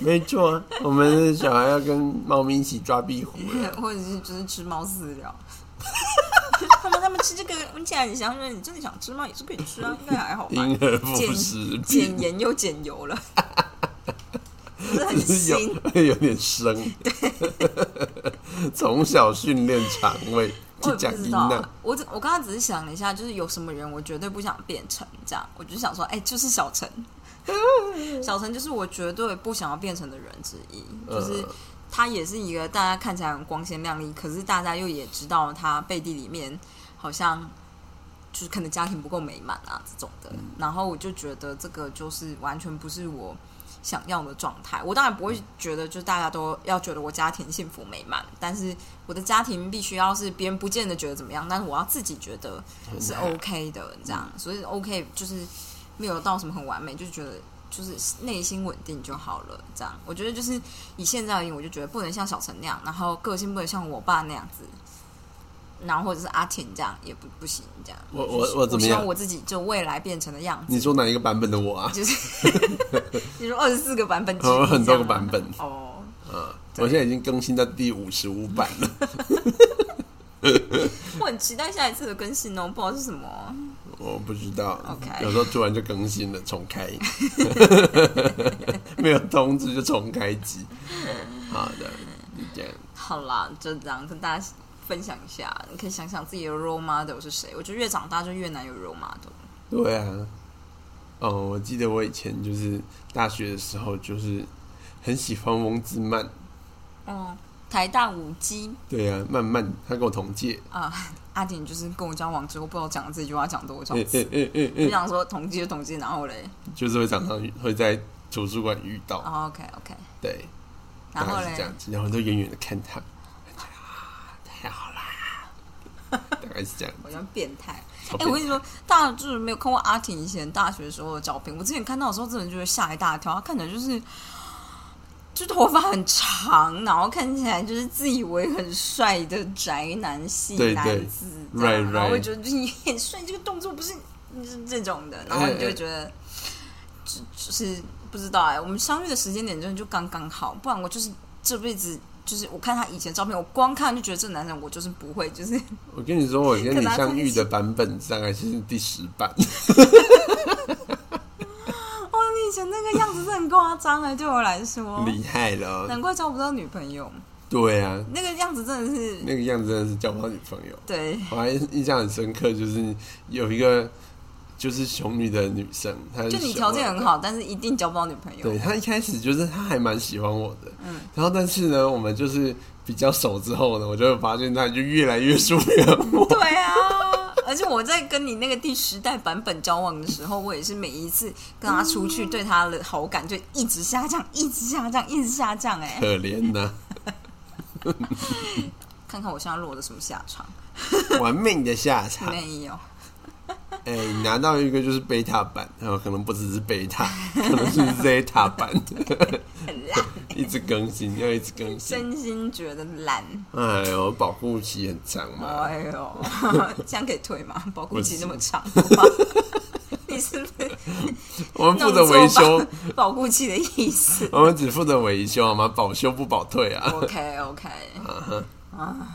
没错啊，我们的小孩要跟猫咪一起抓 壁虎了。或者是就是吃猫饲料。 他们他们吃这个闻起来很香，说你真的想吃吗？也是可以吃啊，应该还好吧。婴儿辅减食减品，盐又减油 了，是不 是很只是新。有有点生。从小训练肠胃，我就也讲不知音道呢啊，。我只我刚刚只是想了一下，就是有什么人我绝对不想变成这样，我就想说，哎、就是小陈，小陈就是我绝对不想要变成的人之一，就是嗯他也是一个大家看起来很光鲜亮丽，可是大家又也知道他背地里面好像就是可能家庭不够美满啊这种的，然后我就觉得这个就是完全不是我。想要的状态，我当然不会觉得，就是大家都要觉得我家庭幸福美满，但是我的家庭必须要是别人不见得觉得怎么样，但是我要自己觉得是嗯 OK 的，这样，所以 OK 就是没有到什么很完美，就觉得就是内心稳定就好了，这样。我觉得就是以现在而言，我就觉得不能像小陈那样，然后个性不能像我爸那样子，然后或者是阿婷这样也不不行，这样。我就我是我怎么希样望我自己就未来变成的样子，你说哪一个版本的我啊？就是 你说二十四个版本之一， 我有很多个这样吗版本哦。啊，我现在已经更新到第五十五版 了。我很期待下一次的更新哦，不知道是什么。我不知道 OK 有时候突然就更新了，重开， 没有通知就重开机。好的，就这样。好啦，就这样跟大家分享一下，你可以想想自己的 role model 是谁。我觉得越长大就越难有 role model。对啊，哦，我记得我以前就是大学的时候，就是很喜欢翁之曼。哦嗯，台大舞姬对啊，曼曼，他跟我同届。啊，阿典就是跟我交往之后，不知道讲了这句话讲多少嗯次嗯。嗯嗯我嗯，想说统计就统计，然后嘞、就是会常常会在图书馆遇到。哦、，OK OK，对，然后大概是这嘞，样子，然后都远远的看他，太好啦，太好啦， 大概是这样。我像变态。好哎、我跟你说，大家就是没有看过阿婷以前大学时候的照片。我之前看到的时候，真的觉得吓一大跳。她看起来就是，就头发很长，然后看起来就是自以为很帅的宅男系对男对子， right，然后 right 会觉得就是你很帅，这个动作不是就是这种的，然后哎你就会觉得，就就是不知道哎、我们相遇的时间点真的就刚刚好，不然我就是这辈子。就是我看他以前的照片，我光看就觉得这男人我就是不会，就是我跟你说，我跟可你能相遇的版本大概是第十版，哇，哦你以前那个样子真的很夸张哎，对我来说， 厉害了哦。难怪交不到女朋友，对啊，那个样子真的是那个样子真的是交不到女朋友。对，我还印象很深刻，就是有一个就是熊女的女生，她是就你熊条件二很好，但是一定交不到女朋友啊对。他一开始就是他还蛮喜欢我的，嗯然后但是呢，我们就是比较熟之后呢，我就会发现他就越来越疏远我。对啊，而且我在跟你那个第十代版本交往的时候，我也是每一次跟他出去，对他的好感就一直下降，一直下降，一直下降哎、 可怜 呐、看看我现在落的什么下场？玩命的下场。没有，哎、你拿到一个就是贝塔版，然后可能不只是 贝塔，可能是 Zeta 版，很烂，一直更新，要一直更新。真心觉得烂。哎呦，保护期很长嘛。哎呦，这样可以退吗？保护期那么长，你是不是我们负哦弄错责维修保， 保护期的意思？ 我们只负责维修好吗？保修不保退啊， OK OK，哈啊，嗯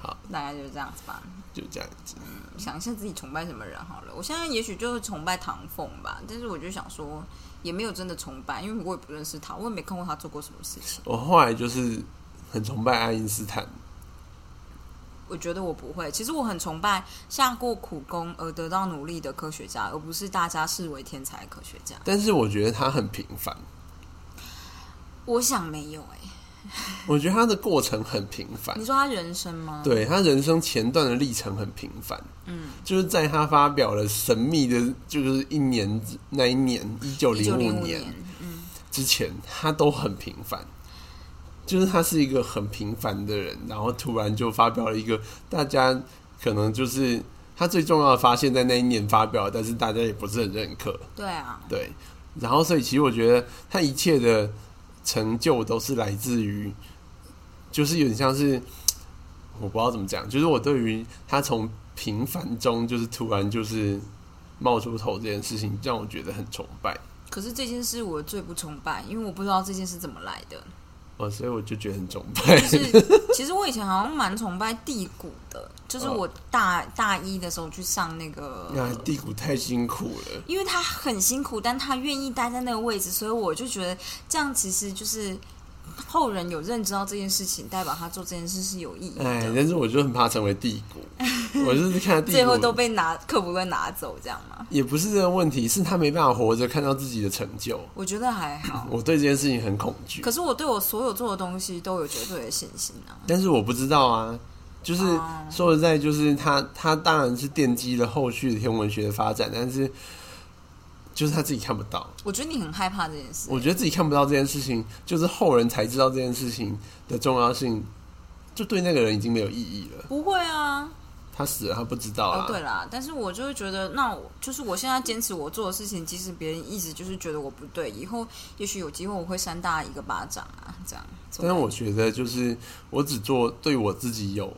好，大概就是这样子吧。就这样子。想一下自己崇拜什么人好了。我现在也许就是崇拜唐凤吧，但是我就想说，也没有真的崇拜，因为我也不认识他，我也没看过他做过什么事情。我后来就是很崇拜爱因斯坦，我觉得我不会。其实我很崇拜下过苦功而得到努力的科学家，而不是大家视为天才的科学家。但是我觉得他很平凡，我想没有哎、我觉得他的过程很平凡你，说他人生吗？，对他人生前段的历程很平凡。嗯，就是在他发表了神秘的，就是一年那一年一九一九零零五五年年，嗯，之前，他都很平凡。就是他是一个很平凡的人，然后突然就发表了一个大家可能就是他最重要的发现，在那一年发表，但是大家也不是很认可。对啊，对，然后，所以其实我觉得他一切的成就都是来自于，就是有点像是我不知道怎么讲，就是我对于他从平凡中就是突然就是冒出头这件事情，让我觉得很崇拜。可是这件事我最不崇拜，因为我不知道这件事怎么来 的。哦，所以我就觉得很崇拜。 就是其实我以前好像蛮崇拜地谷的，哦就是我大大一的时候去上那个，那地谷太辛苦了，因为他很辛苦，但他愿意待在那个位置，所以我就觉得这样其实就是后人有认知到这件事情，代表他做这件事是有意义哎，的。但是我就很怕成为地谷， 我就是看到地最后谷都被拿克服跟拿走，这样吗？也不是这个问题，是他没办法活着看到自己的成就。，我觉得还好我对这件事情很恐惧可，是我对我所有做的东西都有绝对的信心啊。但是我不知道啊。就是哦说实在，就是他他当然是奠基了后续的天文学的发展，但是就是他自己看不到。我觉得你很害怕这件事，我觉得自己看不到这件事情，就是后人才知道这件事情的重要性，就对那个人已经没有意义了。不会啊。他死了，他不知道啊啦。哦，对啦，但是我就会觉得，那我就是我现在坚持我做的事情，即使别人一直就是觉得我不对，以后也许有机会我会扇大家一个巴掌啊，这样。但是我觉得，就是我只做对我自己有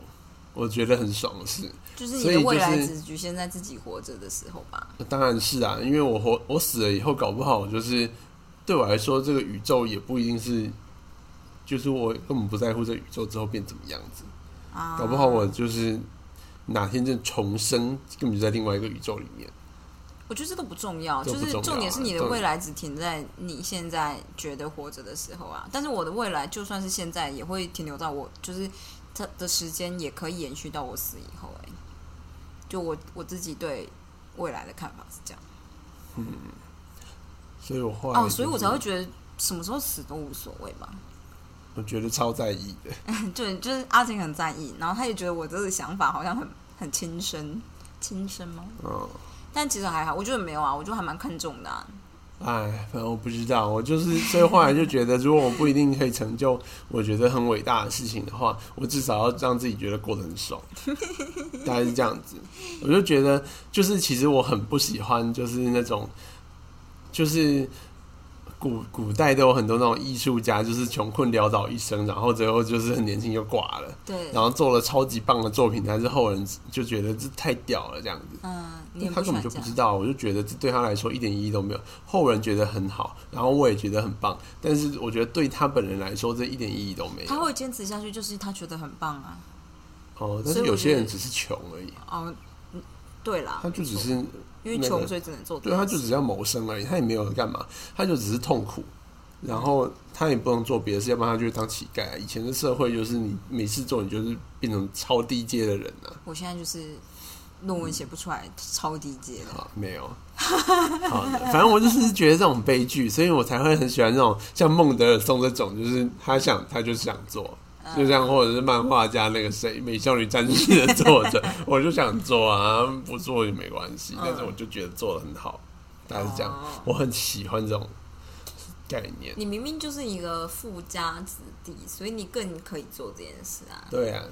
我觉得很爽的事。就是你所以的就是未来只局限在自己活着的时候吧。当然是啊，因为我活我死了以后，搞不好就是对我来说，这个宇宙也不一定是，就是我根本不在乎这宇宙之后变怎么样子，啊，搞不好我就是哪天就重生，根本就在另外一个宇宙里面。我觉得这都不重要，这就不重要是啊重点是你的对未来只停在你现在觉得活着的时候啊。但是我的未来就算是现在，也会停留到我就是它的时间也可以延续到我死以后、哎，就我我自己对未来的看法是这样。所以我后来、哦，所以我才会，觉得什么时候死都无所谓吧。我觉得超在意的。对， 就是阿婷很在意，然后她也觉得我这个想法好像很很亲身，亲身吗？嗯，但其实还好，我觉得没有啊，我就还蛮看重的、啊。哎，反正我不知道，我就是所以后来就觉得，如果我不一定可以成就我觉得很伟大的事情的话，我至少要让自己觉得过得很爽，大概是这样子。我就觉得，就是其实我很不喜欢，就是那种，就是古古代都有很多那种艺术家，就是穷困潦倒一生，然后最后就是很年轻就挂了，对，然后做了超级棒的作品，但是后人就觉得这太屌了这样子。嗯，你也他不喜根本欢就这不知样。道，我就觉得这对他来说一点意义都没有。后人觉得很好，然后我也觉得很棒，但是我觉得对他本人来说，这一点意义都没他有。会坚持下去，就是他觉得很棒啊。哦，但所以是我有些觉得人只是穷而已，哦，嗯对啦，他就只没错是因为那穷，个所以只能做这对，啊件他事。就只要谋生而已，他也没有干嘛，他就只是痛苦，然后他也不能做别的事，要不然他就会当乞丐啊、以前的社会就是你没事做，你就是变成超低阶的人啊。我现在就是论文写不出来，超低阶的。好，啊没有。 好的，反正我就是觉得这种悲剧，所以我才会很喜欢这种像孟德尔颂这种，就是他想他就是想做，就像或者是漫画家那个谁《美少女战士》的作者，我就想做啊，不做也没关系，但是我就觉得做的很好，大概是这样哦。我很喜欢这种概念。你明明就是一个富家子弟，所以你更可以做这件事啊。对啊，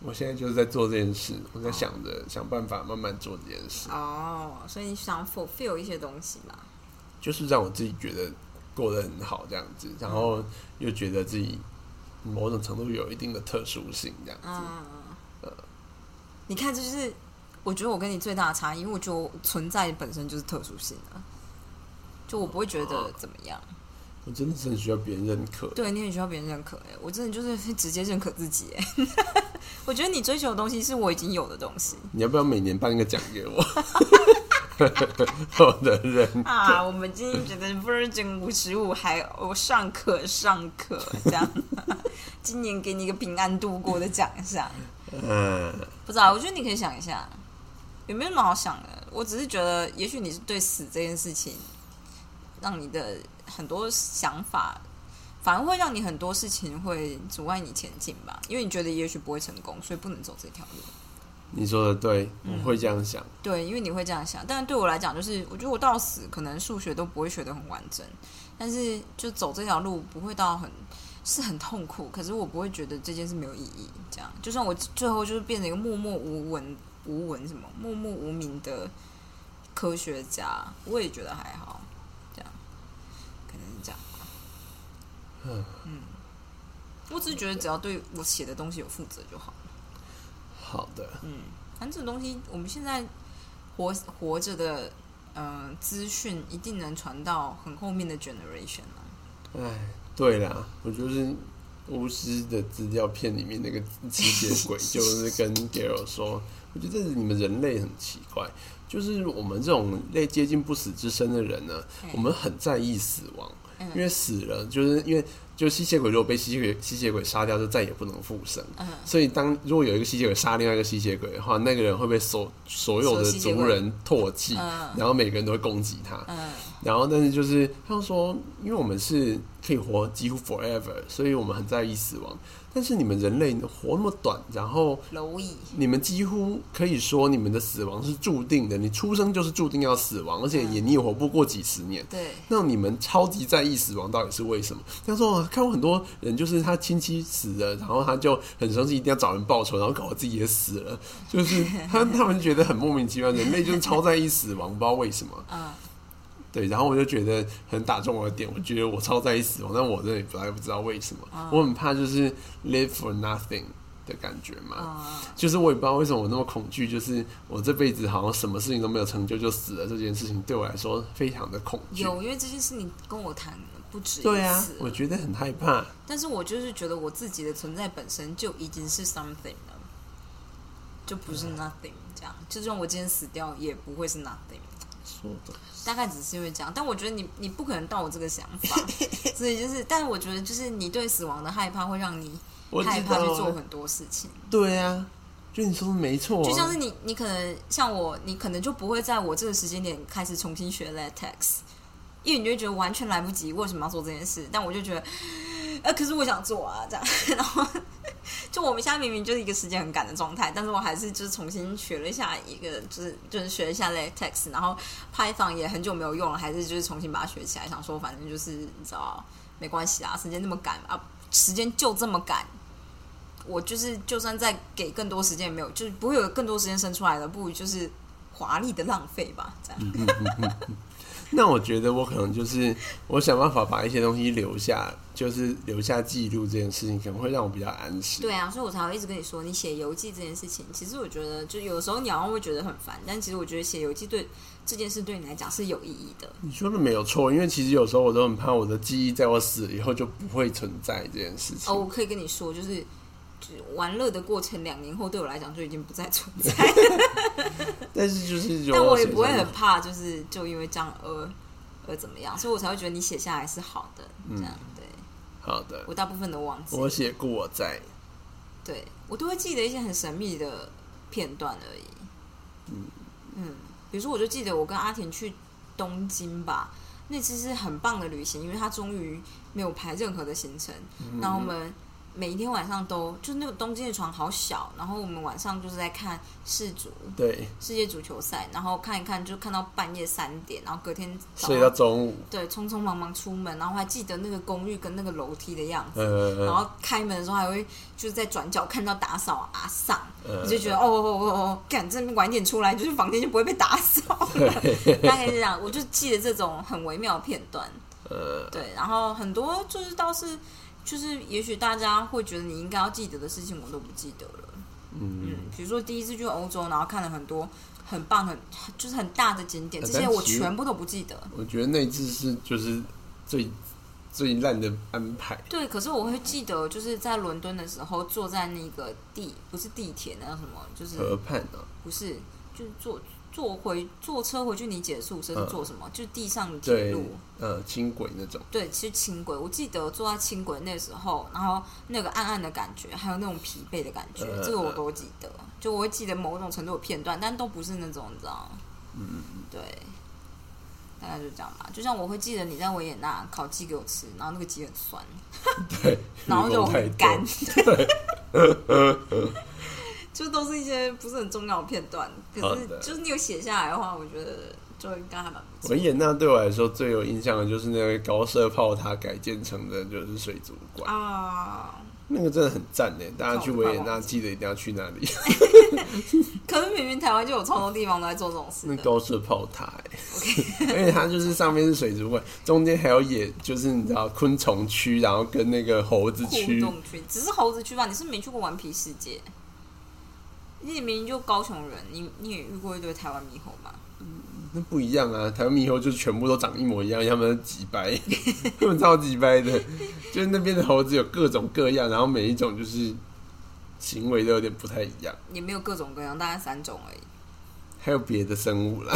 我现在就是在做这件事，我在想着想办法慢慢做这件事，哦，所以你想 fulfill 一些东西吧？就是让我自己觉得过得很好这样子，然后嗯又觉得自己某种程度有一定的特殊性这样子。嗯，你看，这就是我觉得我跟你最大的差异，因为我觉得我存在本身就是特殊性的，就我不会觉得怎么样。我真的是很需要别人认可，对你很需要别人认可、哎，我真的就是会直接认可自己、哎， 我觉得你追求的东西是我已经有的东西你要不要每年办一个奖 给我？ 我的人，啊。我们今天觉得 Virgin 五十五还我尚可尚可这样， 今年给你一个平安度过的奖项。嗯，不知道，我觉得你可以想一下，有没有什么好想的？我只是觉得，也许你是对死这件事情，让你的很多想法，反而会让你很多事情会阻碍你前进吧，因为你觉得也许不会成功，所以不能走这条路。你说的对，嗯我会这样想。对，因为你会这样想，但对我来讲，就是我觉得我到死可能数学都不会学得很完整，但是就走这条路不会到很是很痛苦，可是我不会觉得这件事没有意义。这样，就算我最后就是变成一个默默无闻、无闻什么默默无名的科学家，我也觉得还好。嗯我只是觉得只要对我写的东西有负责就好。好的，反正这种东西，我们现在活活着的，呃，资讯一定能传到很后面的 generation 啊。哎，对啦，我就是巫师的资料片里面那个吸血鬼，就是跟 g a r l 说，我觉得你们人类很奇怪，就是我们这种类接近不死之身的人呢、嗯我们很在意死亡，嗯因为死了就是因为就吸血鬼如果被吸血鬼吸血鬼杀掉，就再也不能复生。嗯，所以当如果有一个吸血鬼杀另外一个吸血鬼的话，那个人会被所所有的族人唾弃，嗯然后每个人都会攻击他。嗯然后但是就是他就说，因为我们是可以活几乎 forever，所以我们很在意死亡。但是你们人类活那么短，然后蝼蚁，你们几乎可以说你们的死亡是注定的，你出生就是注定要死亡，而且也你也活不过几十年。对，那你们超级在意死亡到底是为什么？他说我看过很多人，就是他亲戚死了，然后他就很生气，一定要找人报仇，然后搞得自己也死了，就是他 他们觉得很莫名其妙，人类就是超在意死亡，不知道为什么。嗯，对，然后我就觉得很打中我的点，我觉得我超在意死亡，但我真的也不太不知道为什么，啊我很怕就是 live for nothing 的感觉嘛。嗯就是我也不知道为什么我那么恐惧，就是我这辈子好像什么事情都没有成就就死了这件事情，对我来说非常的恐惧。有，因为这件事你跟我谈不止一次对啊，了我觉得很害怕。但是我就是觉得我自己的存在本身就已经是 something 了，就不是 nothing 这样。就算我今天死掉，也不会是 nothing。说的大概只是因为这样，但我觉得你你不可能到我这个想法，所以就是，但我觉得就是你对死亡的害怕会让你我知害怕去做道啊，很多事情，对啊，就你说的没错、啊，就像是你你可能像我，你可能就不会在我这个时间点开始重新学 LaTeX，因为你就会觉得完全来不及，为什么要做这件事？但我就觉得，呃，可是我想做啊，这样， 然后就我们现在明明就是一个时间很赶的状态，但是我还是就是重新学了一下一个，就是就是学了一下 LaTeX，然后 Python 也很久没有用了，还是就是重新把它学起来，想说反正就是你知道没关系啊，时间那么赶啊，时间就这么赶。我就是，就算再给更多时间，也没有，就是不会有更多时间生出来的，不如就是华丽的浪费吧，这样。那我觉得我可能就是我想办法把一些东西留下，就是留下记录这件事情，可能会让我比较安心。对啊，所以我才会一直跟你说，你写游记这件事情，其实我觉得，就有时候你好像会觉得很烦，但其实我觉得写游记对这件事对你来讲是有意义的。你说的没有错，因为其实有时候我都很怕我的记忆在我死了以后就不会存在这件事情。哦，我可以跟你说，就是就是玩乐的过程，两年后对我来讲就已经不再存在了，但是就是，但我也不会很，怕，就是就因为这样而而怎么样，所以我才会觉得你写下来是好的，这样。对好的，我大部分都忘记了，我写故我在，对我都会记得一些很神秘的片段而已。嗯比如说我就记得我跟阿田去东京吧，那次是很棒的旅行，因为他终于没有排任何的行程，然后我们每一天晚上都就那个东京的床好小，然后我们晚上就是在看世足对，世界足球赛，然后看一看就看到半夜三点，然后隔天早睡到上中午，对匆匆忙忙出门，然后还记得那个公寓跟那个楼梯的样子。然呃，后开门的时候还会就是在转角看到打扫阿上，嗯你就 觉得哦哦哦哦，赶这边晚点出来，就是房间就不会被打扫 了。大概是这样，我就记得这种很微妙的片段。呃，对，然后很多就是倒是就是，也许大家会觉得你应该要记得的事情，我都不记得了。嗯，嗯，比如说第一次去欧洲，然后看了很多很棒很就是很大的景点，这些我全部都不记得。我觉得那一次是就是最最烂的安排，对，可是我会记得，就是在伦敦的时候，坐在那个地不是地铁，那叫什么，就是河畔啊，不是，就是坐坐回坐车回去你姐的宿舍是嗯坐什么？就是地上的铁对路。，呃，轻轨那种，对，其实轻轨，我记得坐在轻轨那时候，然后那个暗暗的感觉，还有那种疲惫的感觉，嗯这个我都记得。就我会记得某种程度的片段，但都不是那种你知道，嗯，对，大概就这样吧。就像我会记得你在维也纳烤鸡给我吃，然后那个鸡很酸，对，然后就太多很干， 就都是一些不是很重要的片段。好可是的就是你有写下来的话，我觉得就应该还蛮不错。维也纳 对我来说最有印象的就是那个高射炮塔改建成的，就是水族馆。啊，那个真的很赞呢，大家去维也纳记得一定要去那 里，可是明明台湾就有超多地方都在做这种事那的，都是炮台， 而且它就是上面是水族馆，中间还有野，就是你知道昆虫区，然后跟那个猴子互区，动区，只是猴子区吧？你是没去过顽皮世界？你明明就高雄人，你你也遇过一堆台湾猕猴吗？那不一样啊！台湾猕猴就全部都长一模一样，要么几掰， 他们超几掰的，就是那边的猴子有各种各样，然后每一种就是行为都有点不太一样，也没有各种各样，大概三种而已。还有别的生物 啦。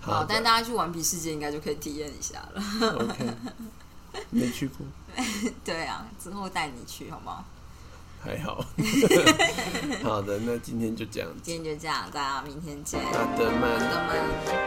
好，好的但大家去顽皮世界应该就可以体验一下了。 OK，没去过，对啊，之后带你去好不好？还 好。好的，那今天就这样子，今天就这样，大家明天见，大德曼。哥们。